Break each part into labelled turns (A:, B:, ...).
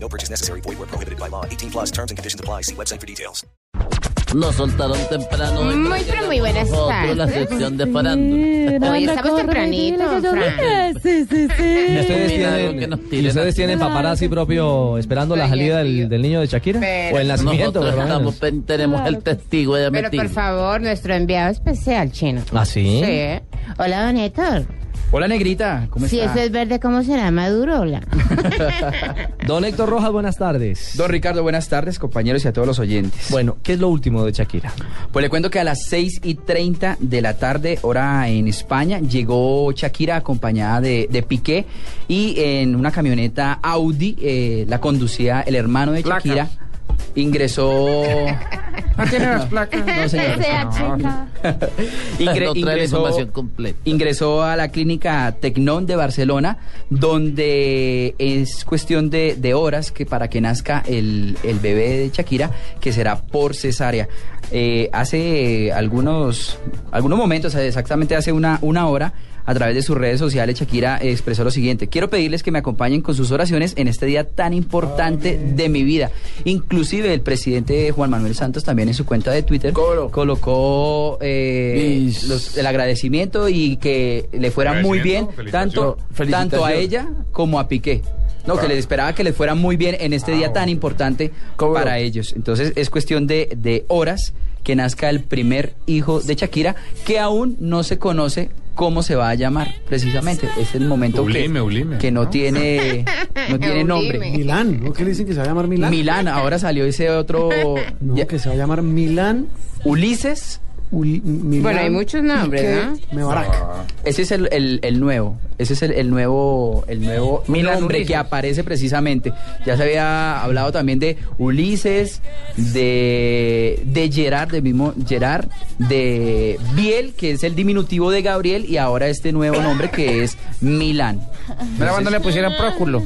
A: No purchase necessary. Void where prohibited by law. 18 plus terms and conditions apply. See website for details.
B: Nos soltaron temprano. hoy
C: Muy,
B: para que
C: pero muy buenas
B: nosotros
C: tardes.
B: La sección de farándula.
C: Hoy estamos tempranito, Fran.
D: Sí, sí, sí.
E: ¿Ustedes
B: Mira,
E: tienen,
B: algo que nos tiren
E: ¿y ustedes tienen paparazzi propio esperando la
C: Ay,
E: salida
C: Dios.
E: del, del niño de Shakira?
C: Pero-
E: ¿O el nacimiento?
B: Nosotros
E: por lo
B: estamos,
E: menos?
B: pen- tenemos el testigo de
C: Pero por favor, nuestro enviado especial chino.
E: ¿Ah, sí?
C: Sí. Hola, don Héctor.
F: Hola negrita, ¿cómo
B: Ah.
C: Si
F: está?
C: eso es verde, ¿cómo será maduro? Hola.
E: Don Héctor Rojas, buenas tardes.
F: Don Ricardo, buenas tardes compañeros y a todos los oyentes.
E: Bueno, ¿qué es lo último de Shakira?
F: Pues le cuento que a las 6 y 30 de la tarde, hora en España, llegó Shakira acompañada de, de Piqué y en una camioneta Audi, eh, la conducía el hermano de Shakira. Ingresó. No, señor. Ingre-
B: no trae la información completa.
F: Ingresó a la clínica Tecnón de Barcelona, donde es cuestión de, de horas que para que nazca el, el bebé de Shakira, que será por cesárea. Eh, hace algunos, algunos momentos, exactamente hace una, una hora, a través de sus redes sociales, Shakira expresó lo siguiente. Quiero pedirles que me acompañen con sus oraciones en este día tan importante de mi vida. Inclusive el presidente Juan Manuel Santos también en su cuenta de Twitter colocó eh,
B: Mis-
F: los- el agradecimiento y que le fuera muy bien tanto,
B: Felicitación.
F: tanto a ella como a Piqué. No, que les esperaba que les fuera muy bien en este día tan importante para ellos. Entonces es cuestión de, de horas que nazca el primer hijo de Shakira, que aún no se conoce cómo se va a llamar precisamente. Es el momento que-
G: Ulime,
F: que,
G: ulime,
F: no, tiene, no tiene nombre.
C: Ulime.
D: Milán, ¿no? ¿Qué le dicen que se va a llamar Milán?
F: Milán, ahora salió ese otro...
D: No,
F: ya-
D: que se va a llamar Milán.
F: Ulises,
D: Ul- Milán
C: Bueno, hay muchos nombres,
D: Piqué,
C: ¿no?
D: Mebarak.
F: Ese es el, el- el nuevo, ese es el, el nuevo, el nuevo
B: Milan
F: nombre
B: Ulises.
F: que aparece precisamente. Ya se había hablado también de Ulises, de, de Gerard, del mismo Gerard, de Biel, que es el diminutivo de Gabriel, y ahora este nuevo nombre que es Milán.
B: Mira cuando le pusieran próculo.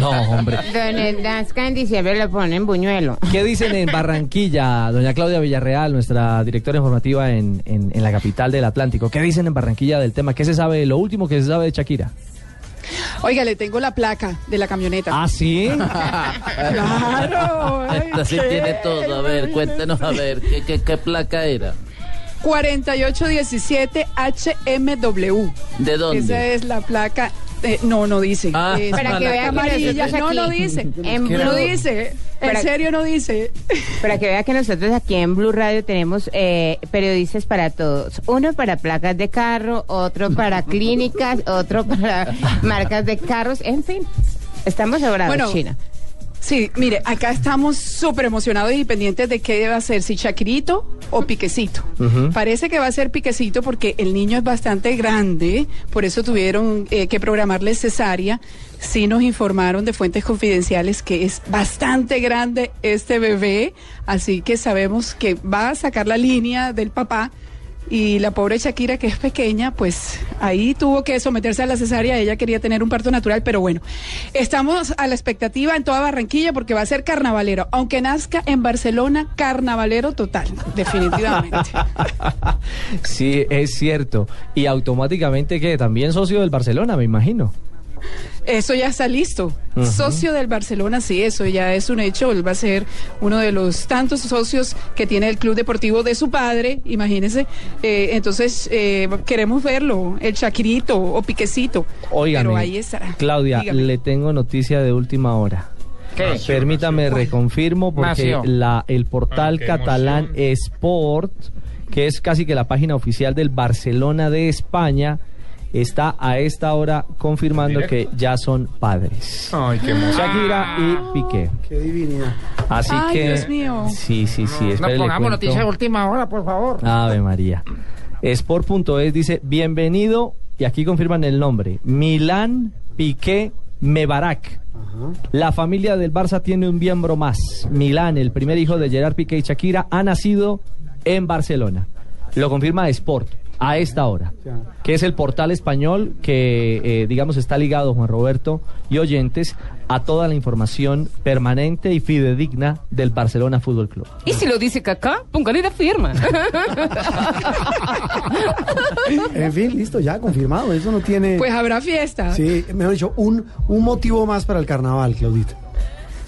E: No, hombre.
C: Don Edasca en diciembre le ponen buñuelo.
E: ¿Qué dicen en Barranquilla, doña Claudia Villarreal, nuestra directora informativa en, en- en la capital del Atlántico? ¿Qué dicen en Barranquilla del tema? ¿Qué se sabe, lo último que se sabe de Shakira?
H: Oiga, le tengo la placa de la camioneta.
E: ¿Ah, sí?
H: Claro. ay,
B: Esta sí
H: qué
B: tiene todo. A ver, cuéntenos a ver, ¿qué, qué, qué placa era?
H: 4817 HMW.
B: ¿De
H: Esa
B: dónde?
H: es la placa. eh, no, no dice.
B: Ah.
H: Es
B: Para
H: la
B: que
H: placa
B: vea que pues,
H: amarilla.
C: nosotros
H: No, no
C: aquí-
H: dice.
C: en
H: No
C: blue-
H: dice. En
C: Para-
H: serio, no dice.
C: Para que vea que nosotros aquí en Blue Radio tenemos eh, periodistas para todos. Uno para placas de carro, otro para clínicas, otro para marcas de carros, en fin. Estamos sobrados,
H: Bueno,
C: China.
H: Sí, mire, acá estamos súper emocionados y pendientes de qué debe hacer, si Chacrito o Piquecito. Parece que va a ser Piquecito porque el niño es bastante grande, por eso tuvieron eh, que programarle cesárea. Sí nos informaron de fuentes confidenciales que es bastante grande este bebé, así que sabemos que va a sacar la línea del papá. Y la pobre Shakira, que es pequeña, pues ahí tuvo que someterse a la cesárea. Ella quería tener un parto natural, pero bueno, estamos a la expectativa en toda Barranquilla porque va a ser carnavalero. Aunque nazca en Barcelona, carnavalero total, definitivamente.
E: sí, es cierto. Y automáticamente que también socio del Barcelona, me imagino.
H: Eso ya está listo. Socio del Barcelona, sí, eso ya es un hecho. Él va a ser uno de los tantos socios que tiene el club deportivo de su padre, imagínense. Eh, entonces, eh, queremos verlo, el Shakirito o Piquecito.
E: Óigame,
H: pero ahí estará.
E: Claudia,
H: Dígame.
E: le tengo noticia de última hora. Ah, Permítame reconfirmo porque
B: Nació.
E: la, el portal
G: Ah, qué
E: catalán
G: emoción.
E: Sport, que es casi que la página oficial del Barcelona de España, está a esta hora confirmando que
G: Directo.
E: ya son padres.
G: Ay, qué emoción.
E: Shakira y Piqué.
D: Qué divinidad.
E: Así
H: Ay,
E: que
H: Dios mío.
E: sí, sí, sí, espere, le cuento.
B: última hora, por favor.
E: Ave María. Sport.es dice, bienvenido, y aquí confirman el nombre, Milán Piqué Mebarak. La familia del Barça tiene un miembro más. Milán, el primer hijo de Gerard Piqué y Shakira, ha nacido en Barcelona. Lo confirma Sport a esta hora, que es el portal español que, eh, digamos, está ligado, Juan Roberto y oyentes, a toda la información permanente y fidedigna del Barcelona Fútbol Club.
G: Y si lo dice Kaká, póngale la firma.
D: En fin, listo, ya confirmado. Eso no tiene.
H: Pues habrá fiesta.
D: sí, mejor dicho, un, un motivo más para el carnaval, Claudita.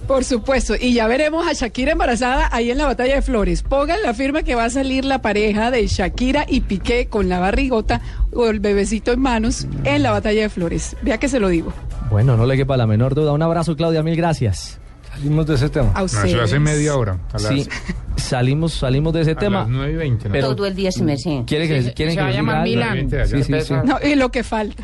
H: Por supuesto, y ya veremos a Shakira embarazada ahí en la batalla de Flores. Pongan la firma que va a salir la pareja de Shakira y Piqué con la barrigota o el bebecito en manos en la batalla de Flores. Vea que se lo digo.
E: Bueno, no le quepa la menor duda. Un abrazo, Claudia, mil gracias.
I: Salimos de ese tema.
H: A ustedes.
I: Nació Ah, hace media hora. A las,
E: Sí, salimos, salimos de ese
I: a
E: tema.
I: las 9 y 20.
E: Pero-
C: Todo el día se me enseña.
E: ¿Quiere que, quieren que les diga algo?
I: Milán.
E: Sí, sí, sí.
H: No, y lo que falta.